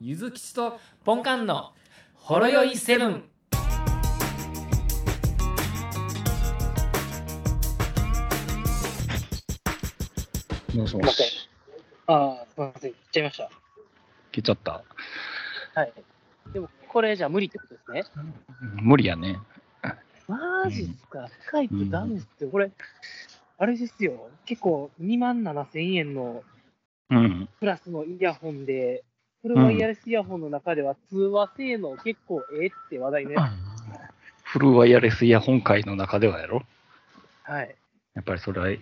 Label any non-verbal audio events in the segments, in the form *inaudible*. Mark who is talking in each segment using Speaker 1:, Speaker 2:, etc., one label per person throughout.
Speaker 1: ゆずきちとポンカンのほろよいセブン。
Speaker 2: もしも
Speaker 3: すいま
Speaker 2: し。
Speaker 3: ああ、すみません、言っちゃいまし
Speaker 2: 聞いちゃった。
Speaker 3: た。はい。でも、これじゃ無理ってことですね。
Speaker 2: 無理やね。
Speaker 3: マジっすか、スカイプダメっすよ。これ、あれですよ、結構2万7千円の
Speaker 2: うん。
Speaker 3: プラスのイヤホンで、フルワイヤレスイヤホンの中では通話性能結構ええって話題ね。
Speaker 2: フルワイヤレスイヤホン界の中ではやろ
Speaker 3: はい。
Speaker 2: やっぱりそれは、や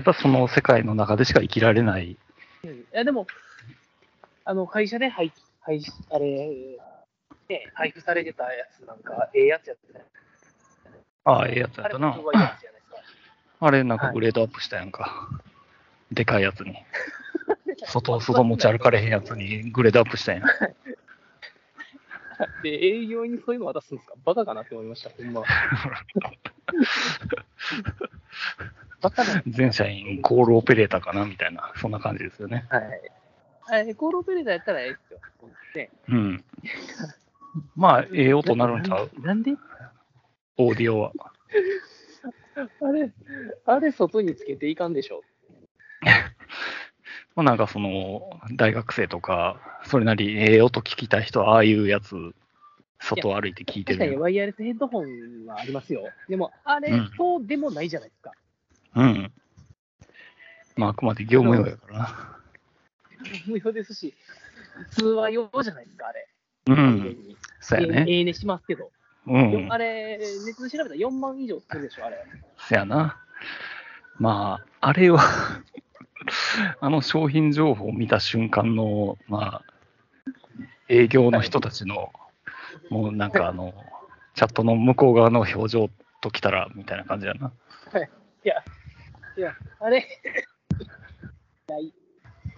Speaker 2: っぱその世界の中でしか生きられない。
Speaker 3: いや、でも、あの、会社で配配あれ、ね、配布されてたやつなんか、ええやつやったね。
Speaker 2: ああ、ええやつや
Speaker 3: あ
Speaker 2: っ
Speaker 3: れ
Speaker 2: た
Speaker 3: も
Speaker 2: な
Speaker 3: フル。ワイヤレスじゃないですか。
Speaker 2: あれなんか
Speaker 3: はい
Speaker 2: グレードアップしたやんか。でかいやつ
Speaker 3: *laughs*
Speaker 2: に。外、外持ち歩かれへんやつにグレードアップしたやん。
Speaker 3: で、営業にそういうの渡すんですかバカかなって思いました、ほ
Speaker 2: *laughs*
Speaker 3: んま。バカだよ。
Speaker 2: 全社員ゴールオペレーターかなみたいな、そんな感じですよね。
Speaker 3: はい。あれ、コールオペレーターやったらええっすよ。ね、
Speaker 2: うん。まあ、ええ音なるんちゃう
Speaker 3: なんで
Speaker 2: オーディオは。
Speaker 3: あれ、あれ、外につけていかんでしょ。
Speaker 2: まあ、なんかその大学生とか、それなりええ音聞きたい人は、ああいうやつ、外歩いて聞いて
Speaker 3: 確かに
Speaker 2: る。
Speaker 3: ワイヤレスヘッドホンはありますよ。でも、あれ、
Speaker 2: うん
Speaker 3: そうでもないじゃないですか。
Speaker 2: うん。まあ、あくまで業務用やから
Speaker 3: 無料ですし、通話用じゃないですか、あれ。
Speaker 2: な。う
Speaker 3: 完全
Speaker 2: ん。
Speaker 3: に
Speaker 2: そうやね。
Speaker 3: ええねしますけど。
Speaker 2: うん
Speaker 3: あ。れ、ネットで調べたら4万以上するでしょ、あれ。
Speaker 2: そやな。まあ、あれは、 *laughs* あの商品情報を見た瞬間の、まあ、営業の人たちの、もうなんかあの、チャットの向こう側の表情ときたら、みたいな感じやな。
Speaker 3: あれ *laughs* ない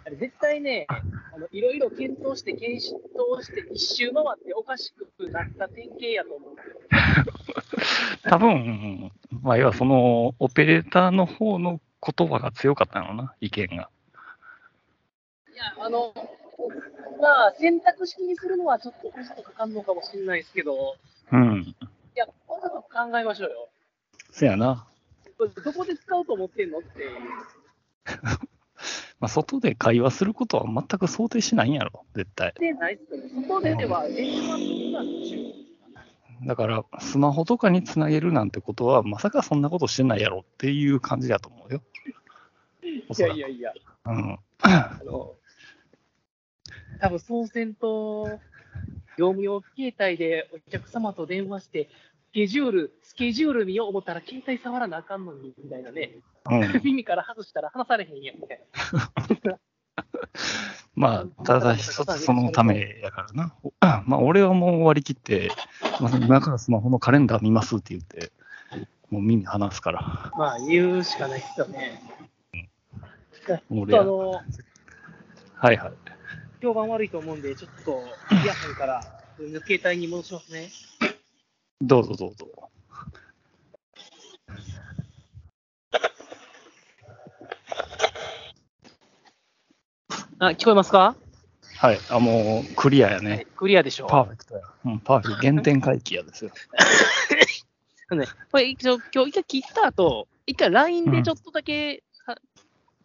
Speaker 3: あれ絶対ね、あのいろいろ検討して、検討して、一周回っておかしくなった典型やと思うんですよ。
Speaker 2: 多分、まあ、要はそのオペレーターの方の言葉が強かったのな、意見が。
Speaker 3: いや、あの、まあ、選択式にするのはちょっとコストかかるのかもしれないですけど、
Speaker 2: うん。
Speaker 3: いや、こんなこと考えましょうよ。
Speaker 2: せやな。
Speaker 3: これどこで使うと思ってんのって、
Speaker 2: まあ、外で会話することは全く想定しないんやろ、絶対。
Speaker 3: でないっすよね。そこででは、電話には
Speaker 2: だから、スマホとかにつなげるなんてことは、まさかそんなことしてないやろっていう感じだと思うよ。お
Speaker 3: い
Speaker 2: そ
Speaker 3: や
Speaker 2: らく
Speaker 3: いやいや、
Speaker 2: うん。
Speaker 3: あの、多分総選と業務用携帯でお客様と電話して、スケジュール、スケジュール見よう思ったら携帯触らなあかんのに、みたいなね。
Speaker 2: うん、
Speaker 3: 耳から外したら離されへんやん、みたい
Speaker 2: まあ、ただ一つそのためやからな。 *clears throat* おまあ、俺はもう割り切って、まあ、今からスマホのカレンダー見ますって言って、もう耳離すから。
Speaker 3: な。まあ、言うしかないっすよね。ちょっ
Speaker 2: 俺
Speaker 3: とあ
Speaker 2: や
Speaker 3: の、
Speaker 2: はいはい。
Speaker 3: 評判悪いと思うんで、ちょっと、イヤホンから、自分の携帯に戻しますね。
Speaker 2: どうぞどうぞ。
Speaker 3: あ、聞こえますか、
Speaker 2: はい。あ、もう、クリアや
Speaker 3: はい
Speaker 2: ね。、
Speaker 3: クリアでしょ
Speaker 2: パーフェクトや。うん、パーフェクト。原点回帰やですよ。
Speaker 3: なんでこれ、一応今日一回切った後、一回 LINE でちょっとだけ、は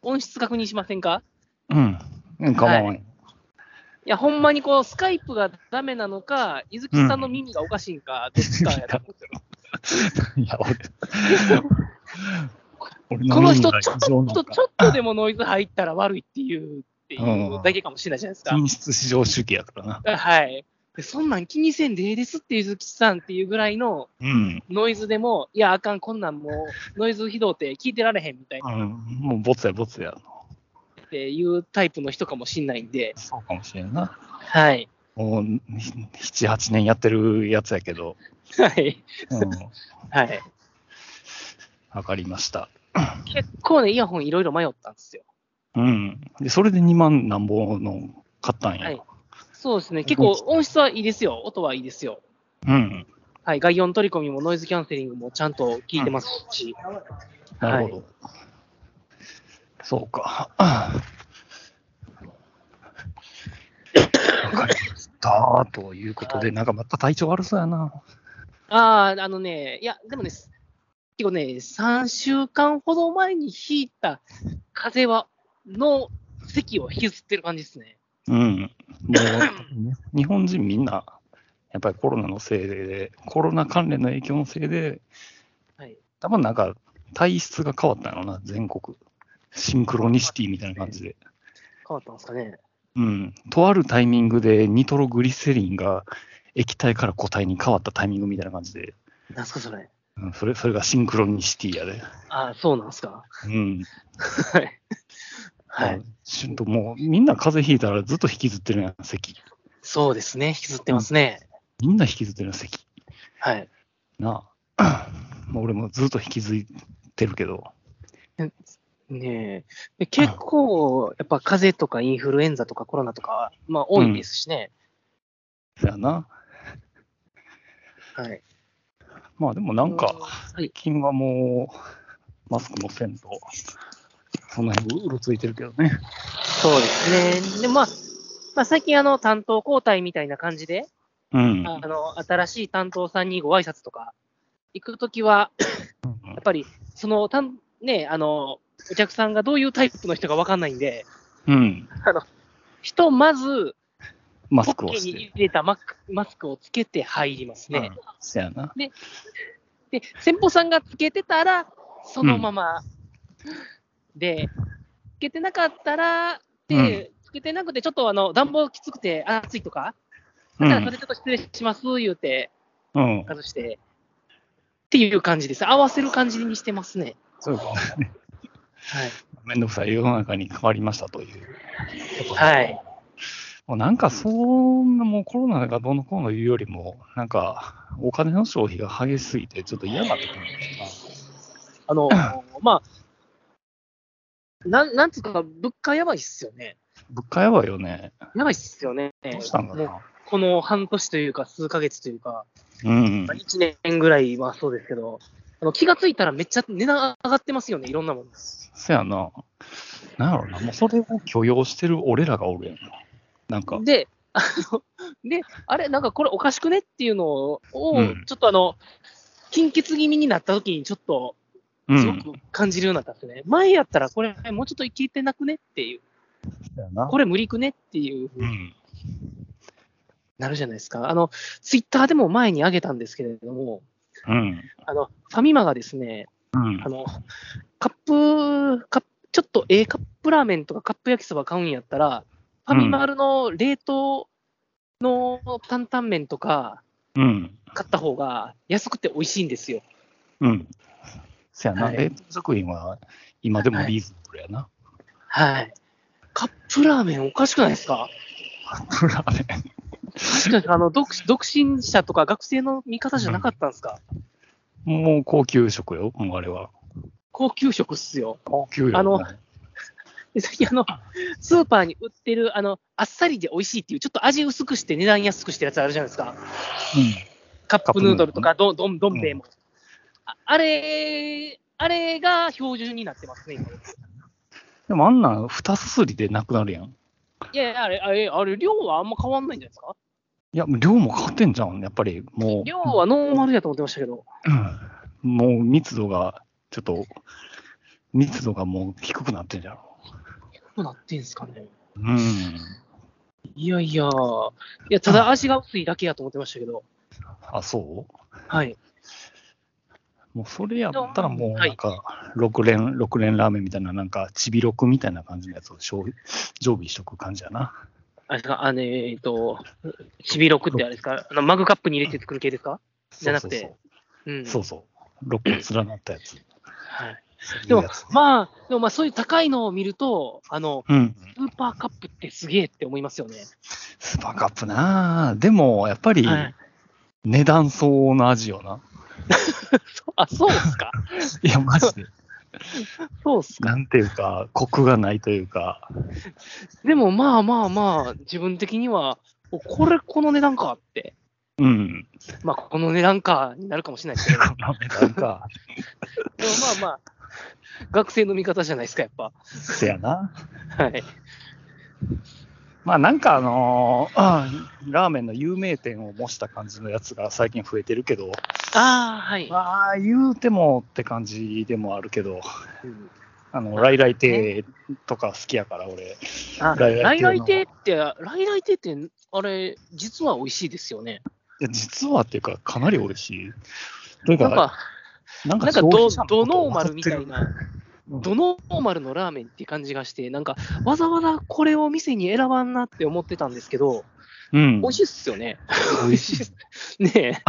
Speaker 3: 音質確認しませんか
Speaker 2: うん。うん、構わん。、
Speaker 3: はいいや、ほんまにこう、スカイプがダメなのか、伊豆木さんの耳がおかしいんか、どっちかやと思うんですよ
Speaker 2: や、俺。
Speaker 3: *laughs*
Speaker 2: 俺
Speaker 3: この人、
Speaker 2: *laughs* 耳が
Speaker 3: ちょっ
Speaker 2: 異常な
Speaker 3: と、
Speaker 2: か
Speaker 3: ちょっとでもノイズ入ったら悪いっていう、っていうだけかもしれないじゃないですか。
Speaker 2: 品質市場主義やからな。
Speaker 3: はい。でそんなん気にせんでええですって、伊豆木さんっていうぐらいの
Speaker 2: うん。
Speaker 3: ノイズでも、いや、あかん、こんなんもう、ノイズひどうて聞いてられへんみたいな
Speaker 2: うん、もう、ボツや、ボツや。
Speaker 3: っていうタイプの人かもしんないんで、
Speaker 2: そうかもしれんな。
Speaker 3: はい。
Speaker 2: もう、7、8年やってるやつやけど。
Speaker 3: はい。
Speaker 2: うん。
Speaker 3: はい。
Speaker 2: わかりました。
Speaker 3: 結構ね、イヤホンいろいろ迷ったんですよ。
Speaker 2: うん。で、それで2万何本の買ったんや。
Speaker 3: はいそうですね。結構音質はいいですよ。音はいいですよ。
Speaker 2: うん。
Speaker 3: はい。外音取り込みもノイズキャンセリングもちゃんと効いてますし。
Speaker 2: なるほど。
Speaker 3: *laughs*
Speaker 2: そうか。たということで、なんかまた体調悪そうやな。
Speaker 3: ああ、あのね、いや、でもね、結構ね、3週間ほど前に引いた風邪は、の咳を引きずってる感じですね。
Speaker 2: うん。もう、日本人みんな、やっぱりコロナのせいで、コロナ関連の影響のせいで、
Speaker 3: はい、
Speaker 2: 多分なんか体質が変わったのな、全国。シンクロニシティみたいな感じで。
Speaker 3: 変わったんですかね。
Speaker 2: うん。とあるタイミングでニトログリセリンが液体から固体に変わったタイミングみたいな感じで、
Speaker 3: なんすか、それ。
Speaker 2: うん、それそれがシンクロニシティやで。
Speaker 3: ああ、そうなんすか。
Speaker 2: うん。
Speaker 3: はい。はい
Speaker 2: まあ。。しゅんともうみんな風邪ひいたらずっと引きずってるやん、咳。
Speaker 3: そうですね。引きずってますね。
Speaker 2: みんな引きずってるやん、咳。
Speaker 3: はい。 *clears throat*
Speaker 2: なあ。もう俺もずっと引きずってるけど。
Speaker 3: ねえ。で結構、やっぱ風邪とかインフルエンザとかコロナとか、まあ多いですしね。
Speaker 2: そやな。
Speaker 3: はい。
Speaker 2: まあでもなんか、
Speaker 3: はい。
Speaker 2: 最近はもう、マスクもせんと、その辺うろついてるけどね。
Speaker 3: そうですね。で、まあ、まあ、最近あの、担当交代みたいな感じで、
Speaker 2: うん。
Speaker 3: あの、新しい担当さんにご挨拶とか、行くときは、やっぱり、その、たん、ね、あの、お客さんがどういうタイプの人かわかんないんで、
Speaker 2: うん。
Speaker 3: ひとまず、
Speaker 2: マ
Speaker 3: ポ
Speaker 2: スク
Speaker 3: ッ
Speaker 2: を
Speaker 3: ケ
Speaker 2: し
Speaker 3: に
Speaker 2: て。
Speaker 3: 入れたマックマスクをつけて入りますね。
Speaker 2: うんそやな。
Speaker 3: で、先方さんがつけてたら、そのまま。で、つけてなかったら、で、つけてなくて、ちょっとあの、暖房きつくて暑いとか、
Speaker 2: う
Speaker 3: だからそ
Speaker 2: ん
Speaker 3: れ。ちょっと失礼します、言うて、
Speaker 2: うん。
Speaker 3: 外して、っていう感じです。合わせる感じにしてますね。
Speaker 2: そういうこと
Speaker 3: はい。
Speaker 2: めんどくさい世の中に変わりましたという。
Speaker 3: はい。
Speaker 2: もうなんかそんなもうコロナがどうのこうの言うよりも、なんかお金の消費が激しすぎてちょっと嫌になってくるんです
Speaker 3: あ
Speaker 2: *clears throat*
Speaker 3: の、まあ、なん、なんつうか、物価やばいっすよね。
Speaker 2: な。物価やばいよね。
Speaker 3: やばいっすよね。
Speaker 2: どうしたんか
Speaker 3: もう
Speaker 2: な。
Speaker 3: この半年というか、数ヶ月というか、
Speaker 2: うん
Speaker 3: まあ。1年ぐらいはそうですけど、あの気がついたらめっちゃ値段上がってますよね、いろんなもの。
Speaker 2: そやな。なんやろな。もうそれを許容してる俺らがおるやんな。なんか。
Speaker 3: で、あの、で、あれ、なんかこれおかしくねっていうのを、
Speaker 2: うん
Speaker 3: ちょっとあの、貧血気味になった時にちょっと、
Speaker 2: う
Speaker 3: すご
Speaker 2: ん。
Speaker 3: く感じるようになったんですね。前やったらこれ、もうちょっといけてなくねっていう、
Speaker 2: そやな
Speaker 3: こ。れ無理くねっていうふう
Speaker 2: う
Speaker 3: に
Speaker 2: ん。
Speaker 3: なるじゃないですか。あの、ツイッターでも前に上げたんですけれども、
Speaker 2: うん。
Speaker 3: あの、ファミマがですね、
Speaker 2: うん
Speaker 3: あ。の、カップ、カップちょっと A カップラーメンとかカップ焼きそば買うんやったら、ファミマルの冷凍の担々麺とか
Speaker 2: うん。
Speaker 3: 買った方が安くて美味しいんですよ。
Speaker 2: うん。そやな。
Speaker 3: はい
Speaker 2: 冷凍食品は今でもリーズナブルやな。 *laughs*
Speaker 3: はい。カップラーメンおかしくないですか
Speaker 2: プラーメン。
Speaker 3: 確かにあの独独身者とか学生の味方じゃなかったんですか
Speaker 2: もう高級食よ。もうあれは。
Speaker 3: 高級食っすよ。
Speaker 2: 高級よ。
Speaker 3: あので、最近あの、スーパーに売ってる、あの、あっさりで美味しいっていう、ちょっと味薄くして値段安くしてるやつあるじゃないですか。カップヌードルとか、どんどんどん兵衛も、ああれ、あれが標準になってますね、今
Speaker 2: でもあんなん二すすりでなくなるやん。
Speaker 3: いやいや、あれ、あれ、あれ量はあんま変わんないんじゃないですか
Speaker 2: いや、量も変わってんじゃん。やっぱりもう。
Speaker 3: 量はノーマルやと思ってましたけど。
Speaker 2: うんもう密度が、ちょっと、密度がもう低くなってんじゃろ。
Speaker 3: どうなってんすかね。
Speaker 2: うん。
Speaker 3: いやいや、いや、ただ味が薄いだけやと思ってましたけど。
Speaker 2: あ、そう
Speaker 3: はい。
Speaker 2: もうそれやったらもう
Speaker 3: はい
Speaker 2: なんか、六連、六連ラーメンみたいな、なんか、ちびろくみたいな感じのやつを常備常備しとく感じやな。
Speaker 3: あれですか、あの、えっと、ちびろくってあれですか、あのマグカップに入れて作る系ですかじゃなくてうん。
Speaker 2: そうそうそう。そうそう。6個連なったやつ。
Speaker 3: はい。
Speaker 2: そう
Speaker 3: で
Speaker 2: いう
Speaker 3: も
Speaker 2: やつ、
Speaker 3: まあ、でもまあ、そういう高いのを見ると、あの、
Speaker 2: うん。
Speaker 3: スーパーカップってすげえって思いますよね。
Speaker 2: スパカップなあでも、やっぱり、
Speaker 3: はい。
Speaker 2: 値段相応の味よな。
Speaker 3: そうあ、そうっす
Speaker 2: *laughs*
Speaker 3: か。
Speaker 2: いや、マジで。
Speaker 3: そうっすか。
Speaker 2: *laughs* なんていうか、コクがないというか。
Speaker 3: でもまあまあまあ、自分的には、おこれ、この値段かって。
Speaker 2: うん。
Speaker 3: まあ、この値段かになるかもしれないですけ
Speaker 2: *laughs*
Speaker 3: ど。でも
Speaker 2: なん
Speaker 3: まあ
Speaker 2: か、
Speaker 3: まあ、学生の味方じゃないですか、やっぱ。
Speaker 2: せやな。
Speaker 3: はい。
Speaker 2: まあなんかあのーラーメンの有名店を模した感じのやつが最近増えてるけど、
Speaker 3: ああ、はい。
Speaker 2: まあ言うてもって感じでもあるけど、
Speaker 3: うん
Speaker 2: あの、来来亭とか好きやから俺、
Speaker 3: あ
Speaker 2: 来
Speaker 3: 来来
Speaker 2: 来
Speaker 3: 亭
Speaker 2: 亭
Speaker 3: って、来来亭って、あれ、実は美味しいですよね。
Speaker 2: いや実はっていうかかなり美味しい。という
Speaker 3: なん
Speaker 2: か、
Speaker 3: か、
Speaker 2: なん
Speaker 3: なんか
Speaker 2: 消
Speaker 3: ド
Speaker 2: 費者の
Speaker 3: ド
Speaker 2: こと
Speaker 3: ノ
Speaker 2: を
Speaker 3: ー
Speaker 2: 分か
Speaker 3: マ
Speaker 2: って
Speaker 3: ル
Speaker 2: る
Speaker 3: みたいな、
Speaker 2: うん
Speaker 3: ドノーマルのラーメンって感じがして、なんかわざわざこれを店に選ばんなって思ってたんですけど、
Speaker 2: うん
Speaker 3: 美味しいっすよね。 *laughs*
Speaker 2: 美味しい。
Speaker 3: い。ね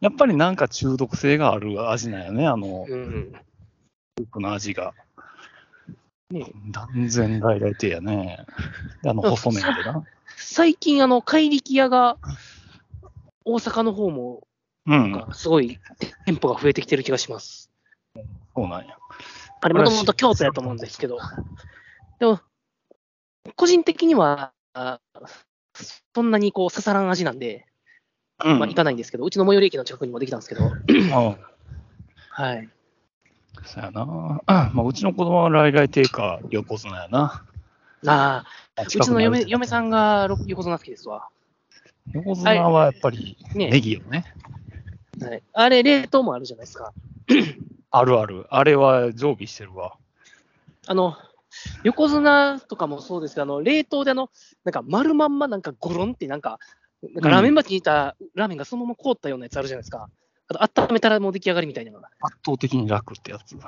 Speaker 2: やっぱりなんか中毒性がある味なんやね、あの
Speaker 3: え。、うん。
Speaker 2: スープの味が。
Speaker 3: ね
Speaker 2: 断然来来亭やね。であの、
Speaker 3: うん
Speaker 2: 細麺でな。
Speaker 3: 最近、あの、怪力屋が、大阪の方も、
Speaker 2: う
Speaker 3: なんん、かすごい店舗が増えてきてる気がします。
Speaker 2: そうなんや。
Speaker 3: あれ、もともと京都やと思うんですけど。でも、個人的には、あそんなにこう刺さらん味なんで、
Speaker 2: うん
Speaker 3: まあ、行かないんですけど、うちの最寄り駅の近くにもできたんですけど、
Speaker 2: うん
Speaker 3: はい。
Speaker 2: そやな。あまあ、うちの子供は来来亭か横綱やな。
Speaker 3: ああ、
Speaker 2: う
Speaker 3: うちの嫁嫁さん。がろ横綱好きですわ。
Speaker 2: 横綱はやっぱりネ
Speaker 3: ね、
Speaker 2: ギよね。
Speaker 3: はい、あれ、冷凍もあるじゃないですか。
Speaker 2: あるある。あれは常備してるわ。
Speaker 3: あの、横綱とかもそうですけど、あの冷凍であの、なんか丸まんま、なんかゴロンって、なんか、なんかラーメン鉢にいたラーメンがそのまま凍ったようなやつあるじゃないですか。あと、温めたらもう出来上がりみたいなのが。
Speaker 2: 圧倒的に楽ってやつ。
Speaker 3: 圧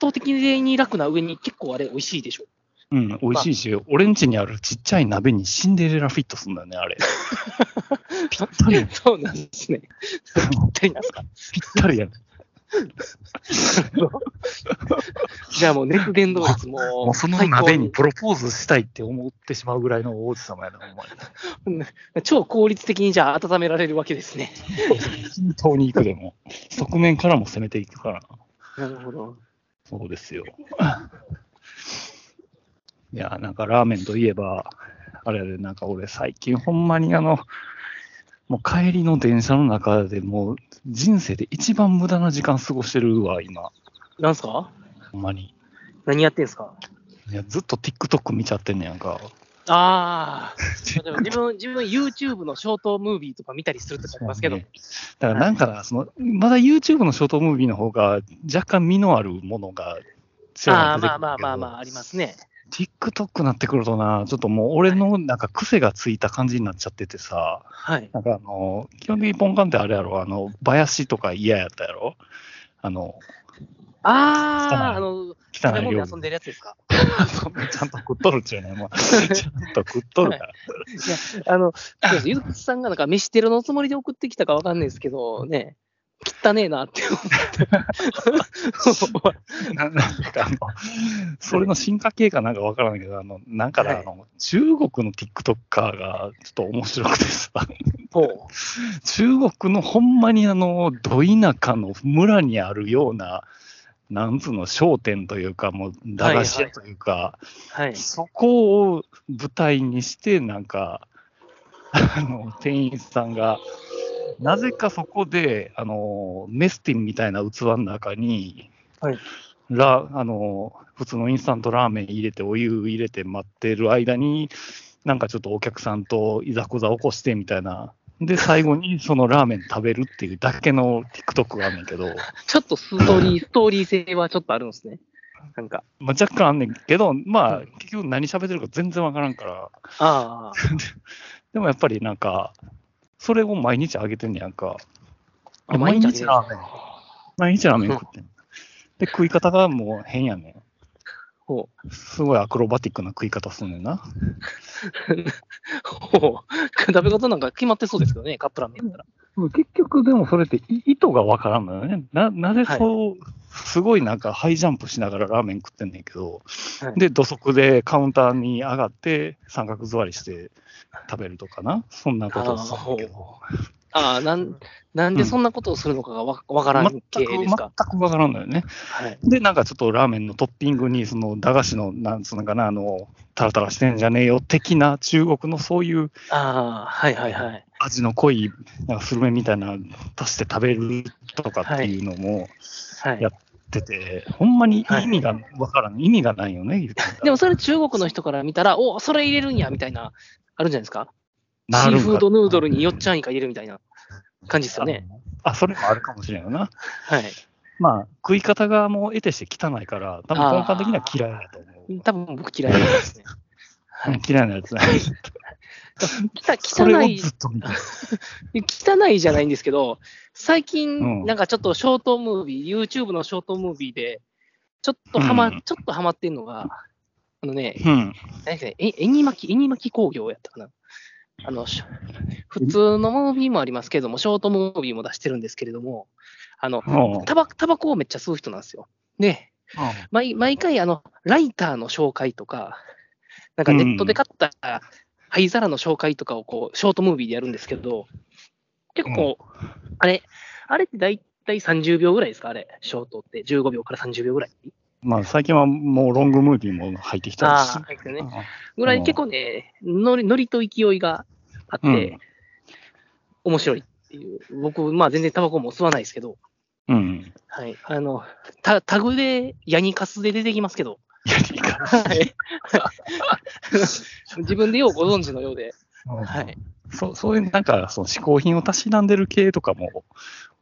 Speaker 3: 倒的に楽な上に結構あれ美味しいでしょ。
Speaker 2: うん、美味しいし、俺ん家にあるちっちゃい鍋にシンデレラフィットすんだよね、あれ。 *laughs* ぴったり、ぴっ
Speaker 3: *laughs* そうなんですね。ぴったりなんですか。
Speaker 2: たりやね。
Speaker 3: じゃあもう熱伝導率も
Speaker 2: もうその
Speaker 3: 最高
Speaker 2: 鍋にプロポーズしたいって思ってしまうぐらいの王子様やな、お *laughs* 前。
Speaker 3: 超効率的にじゃあ温められるわけですね。
Speaker 2: 均等に行くでも、側面からも攻めていくから。
Speaker 3: なるほど。
Speaker 2: そうですよ。 *laughs* いや、なんかラーメンといえば、あれやで、なんか俺最近ほんまにあの、もう帰りの電車の中でもう人生で一番無駄な時間過ごしてるわ、今。
Speaker 3: なんすか
Speaker 2: ほんまに。
Speaker 3: 何やってんすか
Speaker 2: いや、ずっと TikTok 見ちゃってんねやんか。
Speaker 3: ああ、でも *laughs* 自分、自分 YouTube のショートムービーとか見たりするってあります *laughs* けど、
Speaker 2: ねだからなんかな、その、まだ YouTube のショートムービーの方が若干身のあるものが、ち
Speaker 3: あ
Speaker 2: ら
Speaker 3: あ
Speaker 2: ほら出てくるけ
Speaker 3: ま
Speaker 2: ど
Speaker 3: あまあまあまあ、ありますね。
Speaker 2: TikTok なってくるとな、ちょっともう俺のなんか癖がついた感じになっちゃっててさ、
Speaker 3: はい。
Speaker 2: なんかあの、基本的にポンカンってあれやろ、あの、林とか嫌やったやろあの、
Speaker 3: あ
Speaker 2: 汚
Speaker 3: あ、
Speaker 2: い
Speaker 3: あの、
Speaker 2: 汚
Speaker 3: 食べ
Speaker 2: い
Speaker 3: 物で
Speaker 2: 料理
Speaker 3: 遊んでるやつですか。
Speaker 2: ちゃんと食っとるっちゅうね、ま
Speaker 3: *laughs*
Speaker 2: あ、ちゃんと食っとるか
Speaker 3: あ
Speaker 2: ら。*laughs*
Speaker 3: の、そうですゆずきさんがなんか飯テロのつもりで送ってきたかわかんないですけど、ね、汚ねえなって思
Speaker 2: *laughs*
Speaker 3: って。
Speaker 2: ななんかあの、それの進化系かなんかわからないけど、あの、なんかなあの、中国の TikToker がちょっと面白くてさ、
Speaker 3: ほう。
Speaker 2: 中国のほんまにあの、ど田舎の村にあるような、なんつうの、商店というか、もう、駄菓子屋というか、
Speaker 3: はい。
Speaker 2: そこを舞台にして、なんか、あの店員さんが、なぜかそこで、あのメスティンみたいな器の中に、
Speaker 3: はい
Speaker 2: ラあの普通のインスタントラーメン入れて、お湯入れて待ってる間に、なんかちょっとお客さんといざこざ起こしてみたいな。で、最後にそのラーメン食べるっていうだけの TikTok があんねんけど、
Speaker 3: ちょっとストーリー、ストーリー性はちょっとあるんですね。なんか、
Speaker 2: まあ、若干あんねんけど、まあ、結局何喋ってるか全然わからんから、
Speaker 3: ああ、
Speaker 2: でもやっぱりなんか、それを毎日あげてんねやんか。
Speaker 3: あ
Speaker 2: 毎
Speaker 3: 毎日
Speaker 2: 日
Speaker 3: あ
Speaker 2: ラーメン。毎日ラーメン食ってん。で、食い方がもう変やね
Speaker 3: ほ
Speaker 2: ん。すごいアクロバティックな食い方すんねんな。
Speaker 3: う。ほう。食べ方なんか決まってそうですけどね、カップラーメンやったら。
Speaker 2: 結局でもそれって意図がわからんのよね。な、なぜそう、すごいなんかハイジャンプしながらラーメン食ってんねんけど、
Speaker 3: はい
Speaker 2: で、土足でカウンターに上がって三角座りして食べるとかな。そんなことをするんだけど。
Speaker 3: ああ、なん、なんでそんなことをするのかがわわからん系
Speaker 2: 全く、
Speaker 3: で
Speaker 2: 全
Speaker 3: すか。
Speaker 2: くわからんのよね。
Speaker 3: はい。
Speaker 2: で、なんかちょっとラーメンのトッピングに、その駄菓子の、なんつうのかな、あの、タラタラしてんじゃねえよ的な中国のそういう
Speaker 3: ああ、はいはいはい。
Speaker 2: 味の濃い、なんかスルメみたいなの足して食べるとかっていうのも
Speaker 3: はい
Speaker 2: や。ってて、ほんまに意味がわからん、意味がないよね、言って
Speaker 3: でもそれ中国の人から見たら、おそれ入れるんや、みたいな、あるんじゃないですか。シーフードヌードルによっちゃんイカ入れるみたいな感じですよね。
Speaker 2: あ、それもあるかもしれんよな。
Speaker 3: はい。
Speaker 2: まあ、食い方がもう得てして汚いから、多分根幹的には嫌いだと思う。
Speaker 3: 多分僕嫌いなん
Speaker 2: *laughs*
Speaker 3: ですね。
Speaker 2: うん嫌いなやつだ。
Speaker 3: *laughs* 汚
Speaker 2: それを
Speaker 3: い
Speaker 2: ずっと
Speaker 3: *laughs*
Speaker 2: 見てる。
Speaker 3: 汚いじゃないんですけど、最
Speaker 2: う
Speaker 3: 近、
Speaker 2: ん
Speaker 3: なんかちょっとショートムービー、YouTube のショートムービーで、ちょっとはま、
Speaker 2: うん
Speaker 3: ちょっとはまってんのが、あのね、
Speaker 2: うん。
Speaker 3: 何ですかね、ええに巻き、えに巻き工業やったかな。あの、し普通のムービーもありますけれども、ショートムービーも出してるんですけれども、あの、
Speaker 2: おう
Speaker 3: タバタバコをめっちゃ吸う人なんですよ。で、毎毎回、あの、ライターの紹介とか、なんかネットで買った灰皿の紹介とかをこう、ショートムービーでやるんですけど、結構、あれ、あれって大体30秒ぐらいですか、あれ、ショートって、15秒から30秒ぐらい。
Speaker 2: まあ、最近はもうロングムービーも入ってきたし
Speaker 3: ああ、。ですよ
Speaker 2: う
Speaker 3: ね。
Speaker 2: ん
Speaker 3: ぐらい結構ね、ノリノリと勢いがあって、
Speaker 2: うん
Speaker 3: 面白いっていう、僕、まあ全然タバコも吸わないですけど、
Speaker 2: うん。
Speaker 3: はい、あの、タタグで、ヤニカスで出てきますけど、
Speaker 2: やり方。
Speaker 3: はい。自分でようご存知のようで。はい。
Speaker 2: そうそういう、なんか、その嗜好品をたしなんでる系とかも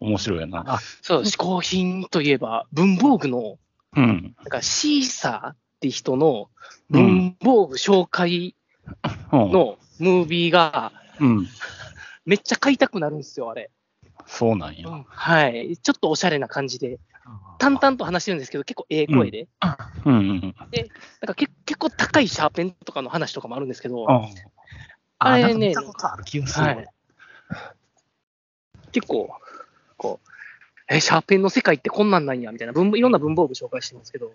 Speaker 2: 面白いよな。
Speaker 3: そう、嗜好品といえば、文房具の、
Speaker 2: うん。
Speaker 3: なんかシーサーって人の文房具紹介
Speaker 2: うん
Speaker 3: のムービーが、
Speaker 2: うん。
Speaker 3: めっちゃ買いたくなるんですよ、あれ。
Speaker 2: そうなんや。
Speaker 3: はい。ちょっとおしゃれな感じで、淡々と話してるんですけど、結構ええ声で。
Speaker 2: うんうん。
Speaker 3: なんかけ結構高いシャーペンとかの話とかもあるんですけど、
Speaker 2: あ
Speaker 3: あれね
Speaker 2: なんか見たことある気がする。
Speaker 3: はい、結構、こう、え、シャーペンの世界ってこんなんなんや、みたいな文、いろんな文房具紹介してますけど、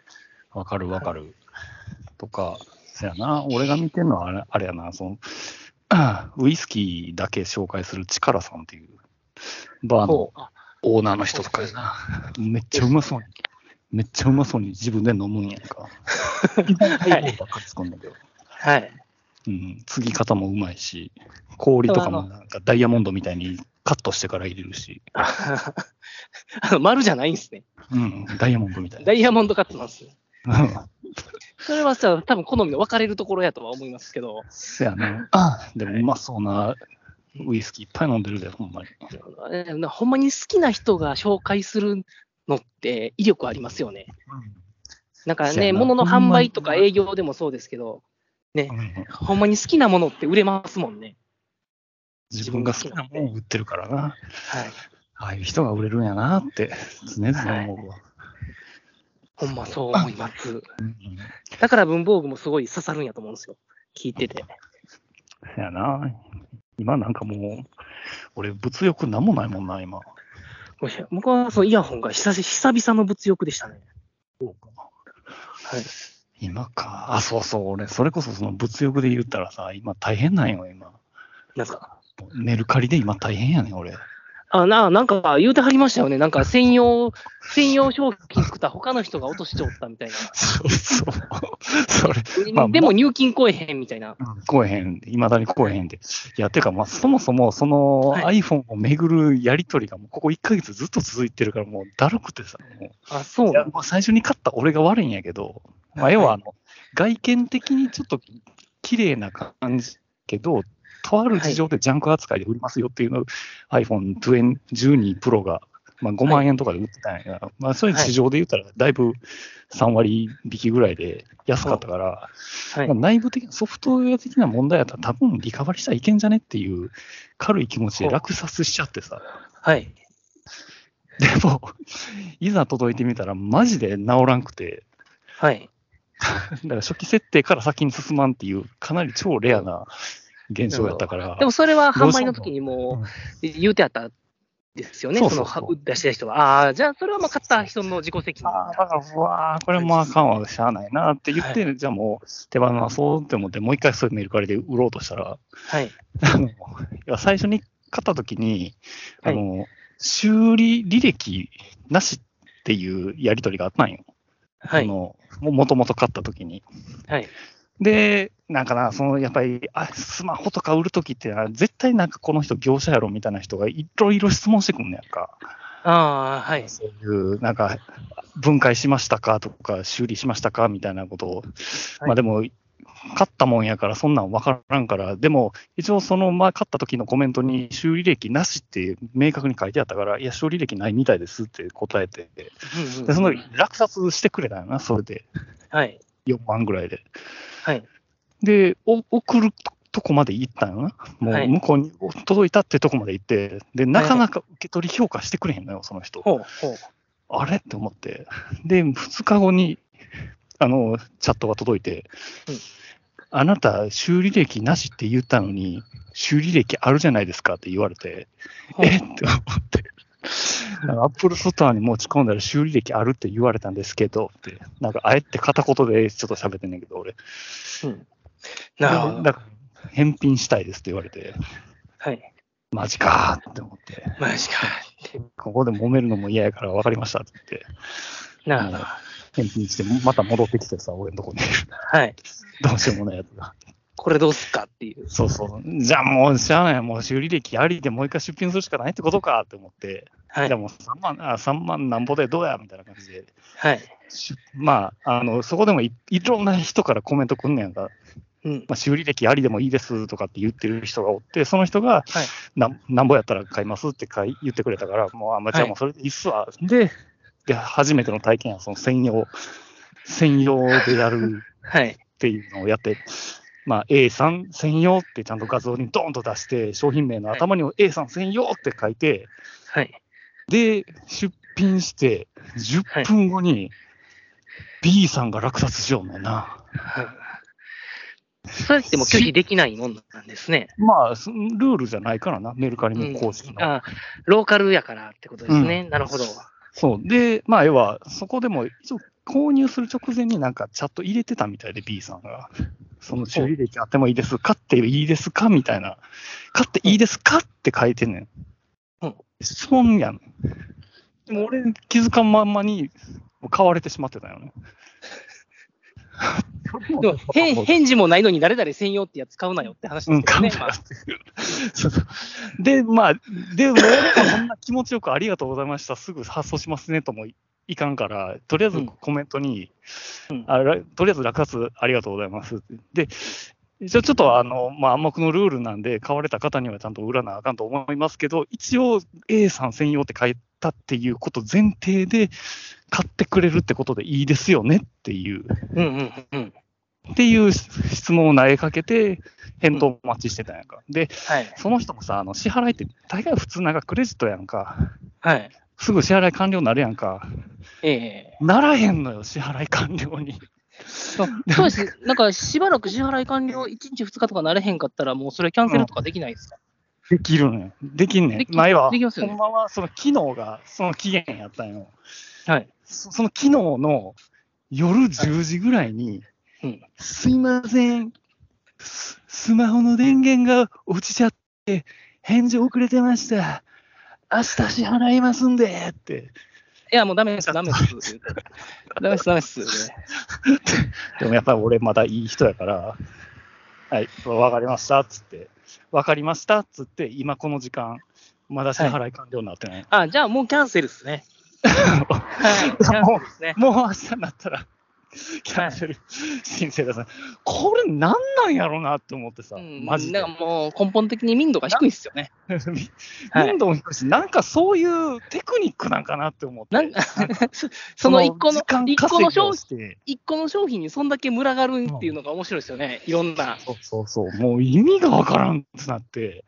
Speaker 2: わかるわかる。とか、そやな、俺が見てんのはあれあれやな、その、ウイスキーだけ紹介するチカラさんっていうバーの
Speaker 3: こうあ
Speaker 2: オーナーの人とかやな。めっちゃうまそうに。めっちゃうまそうに自分で飲むんやんか。
Speaker 3: はい、
Speaker 2: ばっかり作んだけど。
Speaker 3: はい、 *laughs*
Speaker 2: うん、継ぎ方もうまいし、氷とかもなんかダイヤモンドみたいにカットしてから入れるし、
Speaker 3: あの丸じゃないんですね。
Speaker 2: うん、ダイヤモンドみたい
Speaker 3: ダ
Speaker 2: な。
Speaker 3: イヤモンドカットなんですよ。
Speaker 2: うん
Speaker 3: それはさ、多分好みの分かれるところやとは思いますけど、
Speaker 2: そやね。でもうまそうなウイスキーいっぱい飲んでるで、ほんまに。
Speaker 3: えほんまに好きな人が紹介するのって威力ありますよね。なんか
Speaker 2: そう
Speaker 3: ね、
Speaker 2: やな
Speaker 3: 物の販売とか
Speaker 2: ほんまに
Speaker 3: 営業でもそうですけど、
Speaker 2: うん
Speaker 3: ほんまに好きなものって売れますもんね。
Speaker 2: 自分が好きなもんを売ってるからな。
Speaker 3: はい。
Speaker 2: ああいう人が売れるんやなって常々思うわ。
Speaker 3: ほんまそう思います。
Speaker 2: うん
Speaker 3: だから文房具もすごい刺さるんやと思うんですよ。聞いてて。
Speaker 2: そやな。今なんかもう、俺物欲なんもないもんな、今。
Speaker 3: もう僕はそのイヤホンが久し久々の物欲でしたね。はい。
Speaker 2: 今か。あ、そうそう。俺、それこそその物欲で言ったらさ、今大変なんよ、今。
Speaker 3: なんすか
Speaker 2: メルカリで今大変やねん、俺。
Speaker 3: あな、なんか言うてはりましたよね。なんか専用、専用商品作ったら他の人が落としておったみたいな。
Speaker 2: そうそう。それ、まあ
Speaker 3: でも入金来えへんみたいな。
Speaker 2: 来えへん、いまだに来えへんで。いや、てか、まあ、そもそも、その
Speaker 3: は
Speaker 2: iPhone をめぐるやりとりが、もうここ1ヶ月ずっと続いてるから、もうだるくてさ、もう
Speaker 3: あ、そう
Speaker 2: いやまあ最初に買った俺が悪いんやけど、まあ、要はあの、外見的にちょっと綺麗な感じけど、とある事情でジャンク扱いで売りますよっていうのを iPhone12 Pro が、まあ、5万円とかで売ってたんやが、まあ、そういう市場で言ったら、だいぶ3割引きぐらいで安かったから、
Speaker 3: はい
Speaker 2: まあ、内部的なソフトウェア的な問題やったら、多分リカバリしたらいけんじゃねっていう軽い気持ちで落札しちゃってさ。
Speaker 3: はい。
Speaker 2: でも、いざ届いてみたら、マジで治らんくて、
Speaker 3: はい。
Speaker 2: だから初期設定から先に進まんっていう、かなり超レアな現象やったから。
Speaker 3: でもそれは販売の時にもう言うてあったんですよね。
Speaker 2: そ
Speaker 3: そう
Speaker 2: そうそう
Speaker 3: のは出した人は。ああ、じゃあそれはまあ買った人の自己責任。
Speaker 2: あーだから、うわーこれもうあかんわ、しゃあないなって言って、じゃあもう手放そうって思って、もう一回そういうメルカリで売ろうとしたら、
Speaker 3: はい。
Speaker 2: あのいや最初に買った時に、あの、修理履歴なしっていうやり取りがあったんよ。
Speaker 3: は
Speaker 2: あ
Speaker 3: い。
Speaker 2: のもともと買った時に。
Speaker 3: はい。
Speaker 2: で、なんかな、そのやっぱりあスマホとか売るときってのは、絶対なんかこの人業者やろみたいな人がいろいろ質問してくんねやんか。
Speaker 3: ああ、はい。
Speaker 2: そういう、なんか、分解しましたかとか、修理しましたかみたいなことを、まあでも、勝ったもんやから、そんなん分からんから、でも、一応、その、まあ、勝った時のコメントに、修理歴なしって明確に書いてあったから、いや、修理歴ないみたいですって答えて、
Speaker 3: うんうん
Speaker 2: でその落札してくれたよな、それで、
Speaker 3: はい。
Speaker 2: 4万ぐらいで。
Speaker 3: はい。
Speaker 2: で、お送るとこまで行ったんよな、も
Speaker 3: はいう
Speaker 2: 向こうに届いたってとこまで行って、で、なかなか受け取り評価してくれへんのよ、その人。
Speaker 3: ほうほう。
Speaker 2: あれって思って、で、2日後にあのチャットが届いて、
Speaker 3: うん
Speaker 2: あなた、修理歴なしって言ったのに、修理歴あるじゃないですかって言われて、
Speaker 3: ほう
Speaker 2: えって思って。アップルストアに持ち込んだら修理歴あるって言われたんですけどって、なんかあえて片言でちょっと喋ってんねんけど、俺、
Speaker 3: なるほ
Speaker 2: だ
Speaker 3: ど。
Speaker 2: から返品したいですって言われて、
Speaker 3: はい。
Speaker 2: マジかーって思って、
Speaker 3: マジか。
Speaker 2: ここで揉めるのも嫌やから分かりましたって言って、
Speaker 3: なるほど。
Speaker 2: 返品して、また戻ってきてさ、俺のとこに。
Speaker 3: はい。
Speaker 2: どうしようもないやつが。
Speaker 3: これどうすっかっていう。
Speaker 2: そうそう。じゃあもうしゃあない。もう修理歴ありでもう一回出品するしかないってことかって思って、
Speaker 3: は
Speaker 2: じゃあ
Speaker 3: い。
Speaker 2: もう3万、あ3万なんぼでどうやみたいな感じで。
Speaker 3: はい。
Speaker 2: しまあ、あの、そこでもいいろんな人からコメントくんねやんか。
Speaker 3: うん。
Speaker 2: まあ、修理歴ありでもいいですとかって言ってる人がおって、その人が、
Speaker 3: はい
Speaker 2: なんなんぼやったら買いますって買い言ってくれたから、もう、あまあ、じゃあもうそれでいいっすわ。で、で、初めての体験や、その専用、専用でやる
Speaker 3: はい。
Speaker 2: っていうのをやって、まあ、A さん専用ってちゃんと画像にドーンと出して、商品名の頭にも A さん専用って書いて、
Speaker 3: はい。
Speaker 2: で、出品して、10分後に B さんが落札しようねんな。
Speaker 3: はい。そうやっても拒否できないもんなんですね。
Speaker 2: まあ、そルールじゃないからな、メルカリの公式の。
Speaker 3: あローカルやからってことですね。なるほど。
Speaker 2: そう。で、まあ、要は、そこでも、一応、購入する直前になんかチャット入れてたみたいで、B さんが。その注意歴あってもいいですかっていいですかみたいな。買っていいですかって書いてんねん。
Speaker 3: うん
Speaker 2: 質問やん。でも俺気づかんまんまに買われてしまってたよね。
Speaker 3: でも返
Speaker 2: *laughs*
Speaker 3: 返事もないのに誰々専用ってやつ買うなよって話で
Speaker 2: うん、
Speaker 3: すよ
Speaker 2: 噛ん
Speaker 3: ね。
Speaker 2: だ
Speaker 3: ま
Speaker 2: よ
Speaker 3: あ
Speaker 2: っていう。 *laughs* そうそうで、まあ、でも、俺もそんな気持ちよくありがとうございました、すぐ発送しますねともいいかんから、とりあえずコメントに、
Speaker 3: うん
Speaker 2: あらとりあえず落札ありがとうございますって。で、じゃあちょっとあの、まあ、暗黙のルールなんで、買われた方にはちゃんと売らなあかんと思いますけど、一応 A さん専用って書いたっていうこと前提で、買ってくれるってことでいいですよねっていう。
Speaker 3: うんうんうん。
Speaker 2: っていう質問を投げかけて、返答をお待ちしてたんやんか。で、
Speaker 3: はい。
Speaker 2: その人もさ、あの支払いって大概普通なんかクレジットやんか。
Speaker 3: はい。
Speaker 2: すぐ支払い完了になるやんか。
Speaker 3: ええ
Speaker 2: ならへんのよ、支払い完
Speaker 3: *laughs*
Speaker 2: 了に。
Speaker 3: そうそうです。なんか、しばらく支払い完了1日2日とかなれへんかったら、もうそれキャンセルとかできないですか、
Speaker 2: できるのよ。できんね
Speaker 3: で
Speaker 2: ん。
Speaker 3: き
Speaker 2: 前は、
Speaker 3: できますよね
Speaker 2: ほんまはその機能がその期限やったんよ。
Speaker 3: はい。
Speaker 2: そその機能の夜10時ぐらいに、
Speaker 3: うん
Speaker 2: すいません、ススマホの電源が落ちちゃって、返事遅れてました。明日支払いますんでって。
Speaker 3: いや、もうダメです、ダメです。ダメです、ダメです。
Speaker 2: でもやっぱり俺まだいい人やから、はい、わかりましたっつって、わかりましたっつって、今この時間、まだ支払い完了になってない。
Speaker 3: あ、じゃあもうキャンセルですね。はい、キャンセルですね。
Speaker 2: もう明日になったら、キャンセル申請出さない。これなんなんやろうなって思ってさ、
Speaker 3: うん、
Speaker 2: マジで
Speaker 3: なん。かもう根本的に民度が低いですよね。
Speaker 2: *laughs*
Speaker 3: はい
Speaker 2: 民度も低いし、なんかそういうテクニックなんかなって思って。
Speaker 3: なんかその一個の
Speaker 2: 時間
Speaker 3: 一個
Speaker 2: 稼ぎ
Speaker 3: の
Speaker 2: を
Speaker 3: 商品
Speaker 2: して
Speaker 3: 一個の商品にそんだけ群がるっていうのが面白いですよね。いろんな。
Speaker 2: そうそうそう、もう意味がわからんってなって、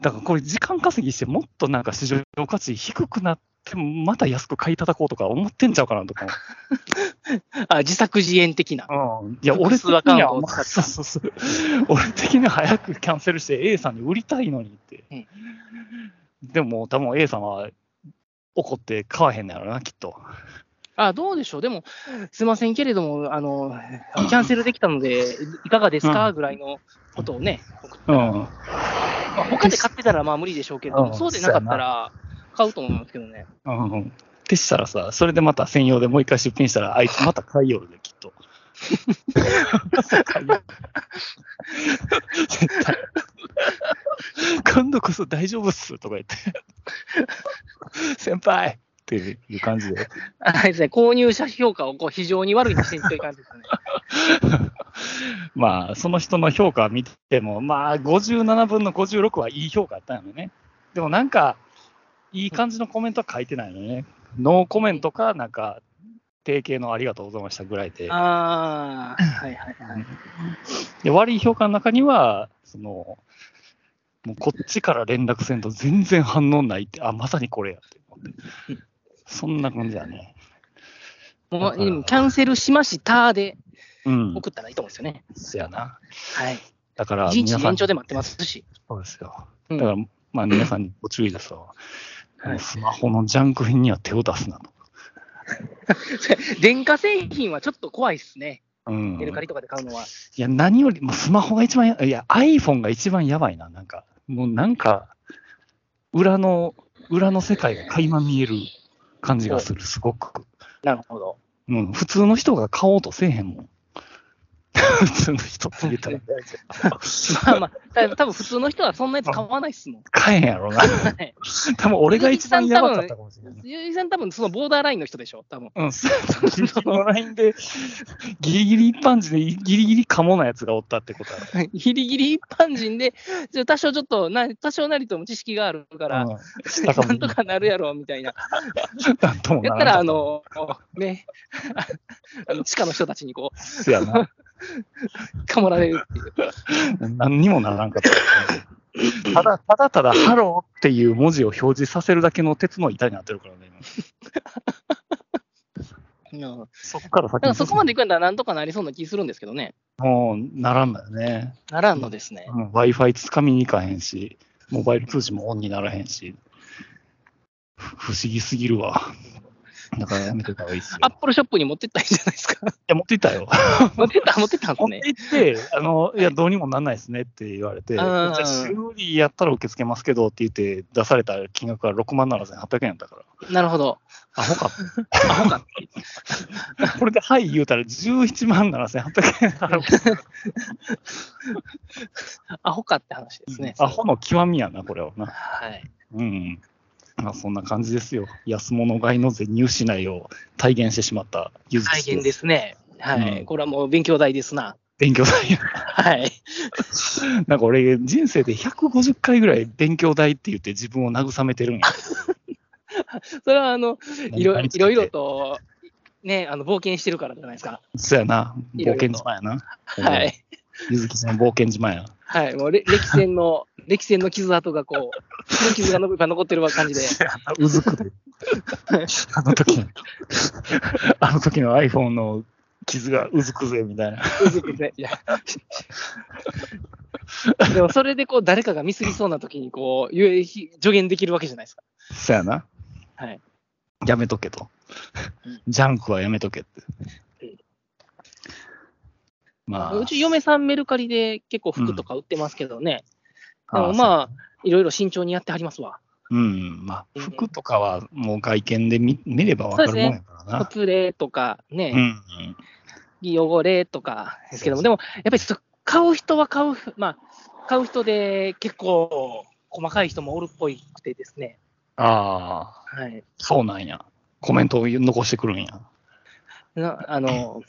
Speaker 2: だからこれ、時間稼ぎして、もっとなんか市場価値低くなって、また安く買い叩こうとか思ってんちゃうかなとか、
Speaker 3: あ、自作自演的な。
Speaker 2: うん、いや、
Speaker 3: 複
Speaker 2: 俺
Speaker 3: 数
Speaker 2: 的には、
Speaker 3: アカウントを使った
Speaker 2: そうそうそう俺的には早くキャンセルして A さんに売りたいのにって。
Speaker 3: うん
Speaker 2: でも、多分 A さんは怒って買わへんのやろな、きっと。
Speaker 3: あ、どうでしょう。でも、すいませんけれども、あの、キャンセルできたので、いかがですかぐらいのことをね、
Speaker 2: うん。
Speaker 3: まあ他で買ってたらまあ無理でしょうけれど
Speaker 2: う
Speaker 3: も、
Speaker 2: ん
Speaker 3: そうでなかったら買うと思いますけどね。
Speaker 2: うん。ってしたらさ、それでまた専用でもう一回出品したら、あ *laughs* いつまた買いよるで、きっと。買い *laughs* よる絶対今度こそ大丈夫っすとか言って。 *laughs* 先輩っていう感じで。
Speaker 3: あれですね、購入者評価をこう非常に悪いにしていくという感じですね。
Speaker 2: *laughs* まあ、その人の評価を見ても、まあ、57分の56はいい評価やったんよね。でもなんか、いい感じのコメントは書いてないのね。ノーコメントか、なんか、定型のありがとうございましたぐらいで。
Speaker 3: ああ、はい
Speaker 2: *laughs*
Speaker 3: はいはい。
Speaker 2: で悪い評価の中には、その、もうこっちから連絡せんと全然反応ないって、あ、まさにこれやって思って。そんな感じだね。
Speaker 3: もうでもキャンセルしましたで
Speaker 2: うん。
Speaker 3: 送ったらいいと思うんですよね。
Speaker 2: そやな。
Speaker 3: はい。
Speaker 2: だから、
Speaker 3: 一
Speaker 2: 皆
Speaker 3: 日
Speaker 2: さ
Speaker 3: 延
Speaker 2: ん、
Speaker 3: 長で待ってますし。
Speaker 2: そうですよ。
Speaker 3: う
Speaker 2: だ
Speaker 3: ん
Speaker 2: から、まあ皆さんにご注意ですわ。
Speaker 3: はい
Speaker 2: スマホのジャンク品には手を出すなと。
Speaker 3: 電化製品はちょっと怖いですね。
Speaker 2: うん、
Speaker 3: メルカ
Speaker 2: い
Speaker 3: リとかで買うのは。
Speaker 2: や、何よりもスマホが一番や、いや、iPhone が一番やばいな、なんか。もうなんか、裏の、裏の世界が垣間見える感じがする、すごく。
Speaker 3: なるほど。 *laughs*
Speaker 2: うん、普通の人が買おうとせえへんもん。 *laughs* 普通の人って言っ
Speaker 3: *laughs*
Speaker 2: たら、
Speaker 3: まあまあ、た多分普通の人はそんなやつ買わないっすもん。
Speaker 2: 買えへんや
Speaker 3: *laughs*
Speaker 2: ろな。
Speaker 3: はい
Speaker 2: 多分俺が一番やばかったかもしれない。
Speaker 3: ゆうじさん多分そのボーダーラインの人でしょ、多分。
Speaker 2: うん、そのラインで、ギリギリ一般人で、ギリギリかもなやつがおったってことだ
Speaker 3: ギリギリ一般人で、ちょ多少ちょっとな、多少なりとも知識があるから、
Speaker 2: うん、だから
Speaker 3: なんとかなるやろ、みたいな。
Speaker 2: なんともな
Speaker 3: や
Speaker 2: ら
Speaker 3: っ
Speaker 2: ん
Speaker 3: たら、あ、の、ね、 *laughs* あの地下の人たちにこ
Speaker 2: せやな。
Speaker 3: う、かもられるっていう。
Speaker 2: 何にもならんかった。ただ、ただただ、ハローっていう文字を表示させるだけの鉄の板になってるからね。今
Speaker 3: うんだ
Speaker 2: そこから先
Speaker 3: から
Speaker 2: に
Speaker 3: そこまでいくんだらなんとかなりそうな気するんですけどね。
Speaker 2: もう、ならんだよね。
Speaker 3: ならんのですね。
Speaker 2: うん、Wi-Fi つかみに行かへんし、モバイル通信もオンにならへんし、ふ不思議すぎるわ。だからやめてた方がいいっすよ。
Speaker 3: アップルショップに持ってったらいいじゃないですか。
Speaker 2: いや、持って行ったよ。
Speaker 3: 持ってった、持ってったんで
Speaker 2: 持
Speaker 3: す
Speaker 2: *laughs* って
Speaker 3: ね。
Speaker 2: 行って、あの、いや、どうにもなんないですねって言われて、
Speaker 3: うん
Speaker 2: じゃあ修理やったら受け付けますけどって言って、出された金額が6万7800円やったから、
Speaker 3: なるほど。
Speaker 2: アホか。
Speaker 3: アホかって。
Speaker 2: *laughs* これではい言うたら17万7800円払う。
Speaker 3: アホかって話ですね。
Speaker 2: アホの極みやな、これはな。
Speaker 3: はい。
Speaker 2: うん。まあ、そんな感じですよ。安物買いの税入しないを体現してしまったゆず
Speaker 3: 大
Speaker 2: き
Speaker 3: 変ですね。はい、
Speaker 2: うん
Speaker 3: これはもう勉強代ですな。
Speaker 2: 勉強代。
Speaker 3: はい。
Speaker 2: *laughs* なんか俺、人生で150回ぐらい勉強代って言って自分を慰めてるんや。
Speaker 3: それはあのいろ
Speaker 2: 何
Speaker 3: い
Speaker 2: について
Speaker 3: ろいろ。と、ね、あの冒険してるからじゃないですか。
Speaker 2: そうやな。
Speaker 3: い
Speaker 2: 冒
Speaker 3: ろいろと
Speaker 2: 険島やな。
Speaker 3: は。い。
Speaker 2: ゆずきさん冒険島や。
Speaker 3: はい。もうれ歴戦の、歴戦の傷跡がこう、古い傷が残 *laughs* が残ってる感じで、
Speaker 2: うずくで。あの時
Speaker 3: *laughs*
Speaker 2: の、あの時の iPhone の傷がうずくぜみたいな。
Speaker 3: うずく
Speaker 2: *laughs*
Speaker 3: ぜいやでもそれでこう、誰かがミスりそうな時にこう、ゆえひ助言できるわけじゃないですか。
Speaker 2: そうやな。
Speaker 3: はい。
Speaker 2: やめとけと
Speaker 3: うん。
Speaker 2: ジャンクはやめとけって
Speaker 3: うん。
Speaker 2: まあ。
Speaker 3: うち嫁さんメルカリで結構服とか売ってますけどね。
Speaker 2: あ
Speaker 3: でもまあ、いろいろ慎重にやってはりますわ。
Speaker 2: そううん。まあ、
Speaker 3: うん
Speaker 2: 服とかはもう外見で見見ればわかるもんやから
Speaker 3: ほ
Speaker 2: な。
Speaker 3: つれとかね、
Speaker 2: うんうん。
Speaker 3: 汚れとかですけども、
Speaker 2: そ
Speaker 3: でもやっぱりそ買う人は買う、まあ、買う人で結構細かい人もおるっぽいくてですね、
Speaker 2: ああ、
Speaker 3: はい、
Speaker 2: そうなんや。コメントを残してくるんや。
Speaker 3: なあ
Speaker 2: *laughs*
Speaker 3: の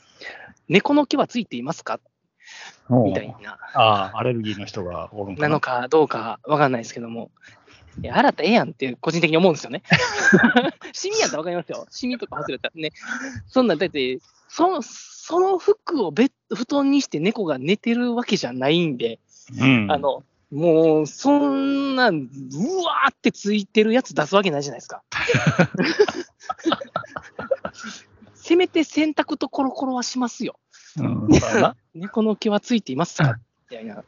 Speaker 3: 猫の毛はついていますかみたいな
Speaker 2: ああ、アレルギーの人がおるんか
Speaker 3: なのかどうかわかんないですけども、いや、洗ったらええやんって個人的に思うんです
Speaker 2: *laughs*
Speaker 3: よね。シミやったらわかりますよ。シミとか外れたらね。そんな、だって、そのその服をベッド布団にして猫が寝てるわけじゃないんで、
Speaker 2: うん、
Speaker 3: あの、もう、そんな、うわーってついてるやつ出すわけないじゃないです
Speaker 2: *laughs*
Speaker 3: か。せめて洗濯とコロコロはしますよ。
Speaker 2: うんそうやな
Speaker 3: 猫の毛はついていますかみたいな。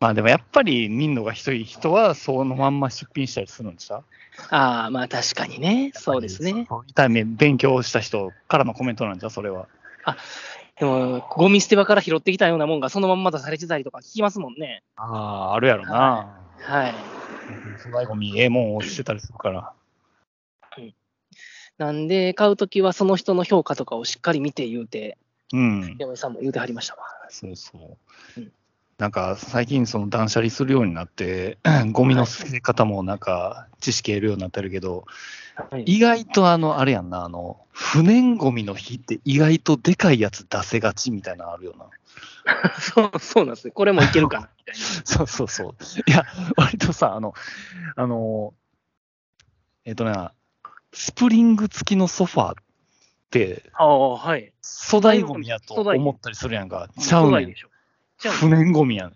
Speaker 2: まあでもやっぱり民度が低い人はそのまんま出品したりするんでしょ
Speaker 3: ああ、まあ確かにね。そうですね。。
Speaker 2: 痛い目、勉強した人からのコメントなんじゃ、それは。
Speaker 3: でも、ゴミ捨て場から拾ってきたようなもんがそのまんま出されてたりとか聞きますもんね。
Speaker 2: ああ、あるやろな。
Speaker 3: はい。
Speaker 2: 粗大ゴミ、ええもんを捨てたりするから。
Speaker 3: なんで、買うときはその人の評価とかをしっかり見て言うて、
Speaker 2: うん。
Speaker 3: 山井さんも言うてはりましたわ。
Speaker 2: そうそう。
Speaker 3: うん
Speaker 2: なんか最近その断捨離するようになって、ゴミの捨て方もなんか知識得るようになってるけど、
Speaker 3: はい
Speaker 2: 意外とあの、あれやんな、あの、不燃ゴミの日って意外とでかいやつ出せがちみたいなのあるよな。
Speaker 3: そうそうなんですね。これもいけるかな、みたい
Speaker 2: *laughs* そうそうそう。いや、割とさ、あの、あの、えっとね、スプリング付きのソファーって、
Speaker 3: *laughs* な。ああ、はい。
Speaker 2: 粗大ゴミやと思ったりするやんか。ちゃう
Speaker 3: な
Speaker 2: ね
Speaker 3: い
Speaker 2: ん
Speaker 3: で。しょ。ちゃう
Speaker 2: 不燃ゴミやねん。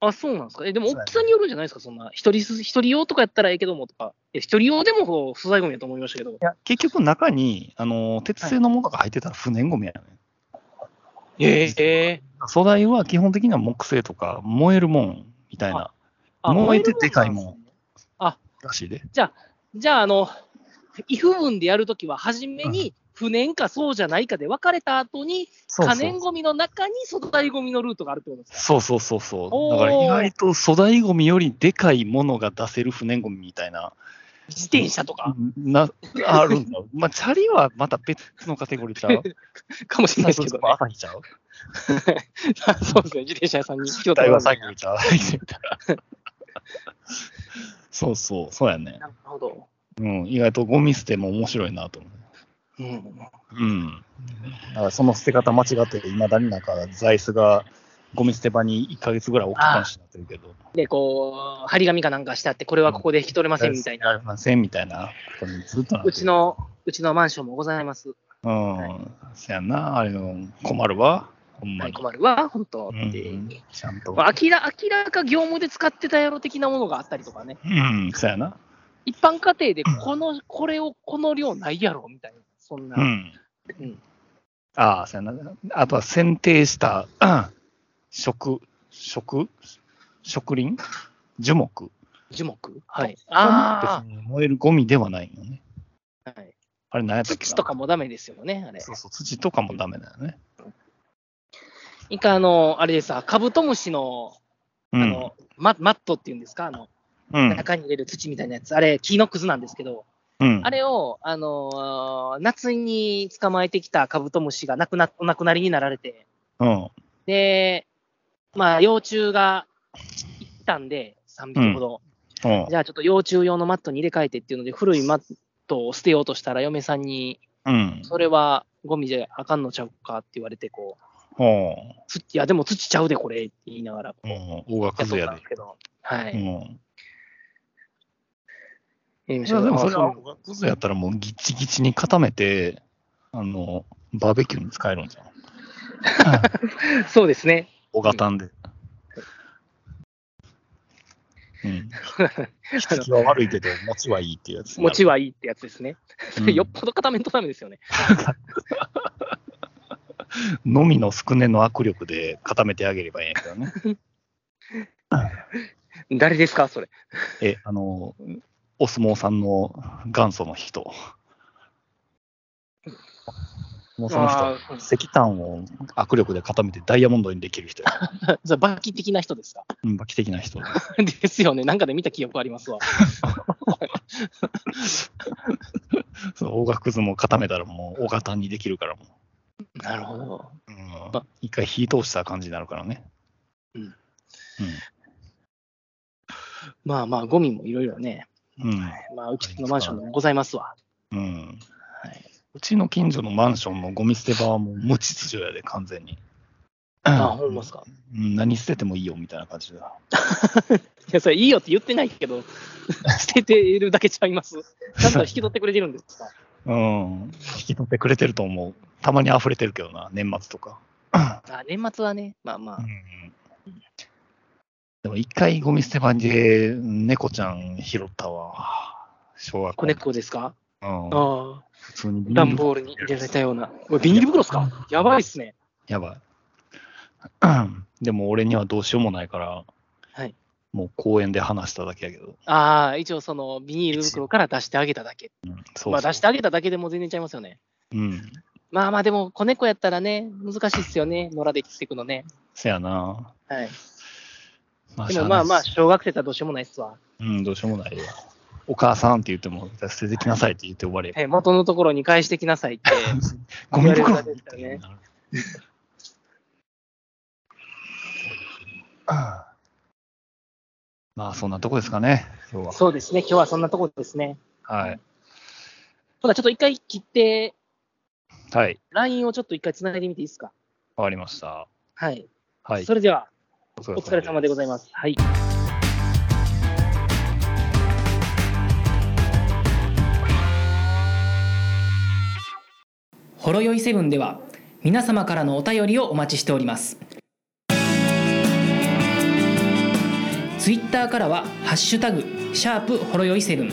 Speaker 3: あ、そうなんですか。え、でも大きさによるんじゃないですか、そんな。一人す、一人用とかやったらええけどもとか。いや一人用でもこう素材ゴミやと思いましたけど。
Speaker 2: 結局中に、あの、鉄製のものが入ってたら不燃ゴミやねん。
Speaker 3: ええ
Speaker 2: 素材は基本的には木製とか燃えるもんみたいな燃えてでかいもん。らしいで。
Speaker 3: じゃあ、あの、異不分でやるときは、初めに不燃かそうじゃないかで分かれた後に、
Speaker 2: そう
Speaker 3: 可
Speaker 2: そ
Speaker 3: 燃
Speaker 2: う
Speaker 3: ゴミの中に粗大ゴミのルートがあるってことですか。
Speaker 2: そうそうそうそう。
Speaker 3: おー
Speaker 2: だから意外と粗大ゴミよりでかいものが出せる不燃ゴミみたいな。
Speaker 3: 自転車とか、
Speaker 2: なあるんだ。まあ、チャリはまた別のカテゴリ
Speaker 3: *laughs*
Speaker 2: ーちゃう。
Speaker 3: *laughs* かもしれないですけど、ね。
Speaker 2: 朝日
Speaker 3: *laughs*
Speaker 2: ちゃう。
Speaker 3: そうですね、自転車屋さんに。
Speaker 2: 大和産業ちゃう。 *laughs* そうそう、そうやね。
Speaker 3: なるほど。
Speaker 2: うん、意外とゴミ捨ても面白いなと思う。
Speaker 3: うん、
Speaker 2: うん。だからその捨て方間違ってて、いまだになんか、座椅子がゴミ捨て場に1ヶ月ぐらい置きっぱなしになってるけど、
Speaker 3: で、こう、張り紙かなんかしてあって、これはここで引き取れませんみたいな。
Speaker 2: なりませんみたいなことにずっとなってる
Speaker 3: うち、の、うちのマンションもございます。
Speaker 2: うん、
Speaker 3: はい
Speaker 2: せやんな、あれの困るわ、ほんま
Speaker 3: はい、
Speaker 2: に。
Speaker 3: 困るわ、本当って。
Speaker 2: うん、ちゃんと。
Speaker 3: まあ明ら明らか業務で使ってたやろ的なものがあったりとかね、
Speaker 2: うん、そやな。
Speaker 3: 一般家庭でこの、これをこの量ないやろみたいな、そんな、
Speaker 2: うん。
Speaker 3: うん
Speaker 2: ああ、そやな。あとは選定した、 *clears throat* うん食、食、植林樹木。
Speaker 3: 樹木、はい、
Speaker 2: 別に燃えるゴミではないよね。
Speaker 3: あー、はい、
Speaker 2: あれ何やったっけな
Speaker 3: 土とかもダメですよね、あれ。
Speaker 2: そうそう、土とかもダメだよね。
Speaker 3: 一回、あの、あれでさ、カブトムシの
Speaker 2: う
Speaker 3: あ
Speaker 2: ん
Speaker 3: の、ママットっていうんですか、あの
Speaker 2: うん
Speaker 3: 中に入れる土みたいなやつ、あれ、木のくずなんですけど、
Speaker 2: うん、
Speaker 3: あれを、あのー夏に捕まえてきたカブトムシが亡くなお亡くなりになられて、
Speaker 2: うん、
Speaker 3: で、まあ、幼虫がいったんで、3匹ほど。
Speaker 2: うん
Speaker 3: じゃあ、ちょっと幼虫用のマットに入れ替えてっていうので、古いマットを捨てようとしたら、嫁さんに、
Speaker 2: うん、
Speaker 3: それはゴミじゃあかんのちゃうかって言われて、こう、
Speaker 2: うん、
Speaker 3: 土いや、でも土ちゃうで、これって言いながら、
Speaker 2: うん、大が
Speaker 3: やっと
Speaker 2: 崩
Speaker 3: っ
Speaker 2: や
Speaker 3: たん
Speaker 2: で
Speaker 3: です。けど、はい。
Speaker 2: うん、
Speaker 3: やりま
Speaker 2: い
Speaker 3: しょ
Speaker 2: や
Speaker 3: う
Speaker 2: でもそ
Speaker 3: あ
Speaker 2: れ
Speaker 3: そ
Speaker 2: は
Speaker 3: う
Speaker 2: 大が崩やったらもうギチギチに固めて、あの、バーベキューに使えるんじゃん。
Speaker 3: そうですね。
Speaker 2: 大型んで。
Speaker 3: *laughs*
Speaker 2: うん。質は悪いけど、持ちはいいっていうやつ。
Speaker 3: 持ちはいいってやつですね。
Speaker 2: うん
Speaker 3: *laughs* よっぽど固めんとダメですよね。
Speaker 2: のみの少ねの握力で固めてあげればいいんやけ
Speaker 3: *laughs*
Speaker 2: どね。
Speaker 3: 誰ですか、それ。
Speaker 2: え、あの、お相撲さんの元祖の人。もうその人、
Speaker 3: あーうん
Speaker 2: 石炭を握力で固めてダイヤモンドにできる人や。 *laughs*
Speaker 3: *laughs* じゃあバキ的な人ですか *laughs*
Speaker 2: うん、馬騎的な人。
Speaker 3: ですよね。なんかで見た記憶ありますわ。
Speaker 2: その大学相撲固めたらもう大型にできるからも
Speaker 3: なるほど。
Speaker 2: う。うん、一回火通した感じになるからね。
Speaker 3: うん
Speaker 2: うん。
Speaker 3: まあまあ、ゴミもいろいろね、
Speaker 2: うん。
Speaker 3: まあ、うちのマンションにもございますわ。
Speaker 2: うん。うちの近所のマンションのゴミ捨て場はもう無秩序やで、完全に。
Speaker 3: あ、ほんまっすか。
Speaker 2: うん、何捨ててもいいよみたいな感じだ。
Speaker 3: いや、それいいよって言ってないけ *laughs* ど、捨ててるだけちゃい *laughs* ます。ちゃんと引き取ってくれてるんですか。
Speaker 2: *laughs* うん。引き取ってくれてると思う。たまに溢れてるけどな、年末とか。
Speaker 3: あ年末はね、まあま
Speaker 2: う
Speaker 3: あ、
Speaker 2: ん。でも一回ゴミ捨て場で猫ちゃん拾ったわ。小学校
Speaker 3: 子。猫ですか
Speaker 2: うん。
Speaker 3: ああ、
Speaker 2: 普通にビニ
Speaker 3: 段
Speaker 2: ール
Speaker 3: ボールに入れられたような。これビニール袋ですかやばいっすね。
Speaker 2: やばい。 *clears throat* でも俺にはどうしようもないから、
Speaker 3: はい
Speaker 2: もう公園で話しただけやけど。
Speaker 3: ああ、一応そのビニール袋から出してあげただけ。
Speaker 2: そうそう
Speaker 3: まあ出してあげただけでも全然ちゃいますよね。
Speaker 2: うん。
Speaker 3: まあまあでも、子猫やったらね、難しいっすよね。野良で生きていくのね。
Speaker 2: せやな。
Speaker 3: はい。
Speaker 2: ま
Speaker 3: でもまあまあ、
Speaker 2: し
Speaker 3: 小学生だとどうしようもないっすわ。
Speaker 2: ゃあないうん、どうしようもないよ。お母さんって言っても、捨ててきなさいって言って終
Speaker 3: *laughs*
Speaker 2: わりや。
Speaker 3: え元のところに返してきなさいって。
Speaker 2: ゴミ袋 *laughs*
Speaker 3: 言われるだけですからね
Speaker 2: まあ、そんなとこですかね、今日は。
Speaker 3: *laughs* そうですね、今日はそんなところですね。
Speaker 2: はい。
Speaker 3: ただちょっと一回切って、
Speaker 2: はい。
Speaker 3: LINE をちょっと一回つないでみていいですか。
Speaker 2: わかりました。
Speaker 3: はい。
Speaker 2: はい。
Speaker 3: それでは、
Speaker 2: お
Speaker 3: お疲れ様でございます。はい。
Speaker 1: ほろよいセブンでは皆様からのお便りをお待ちしておりますツイッターからは「ハッシュタグシャープほろよいセブン」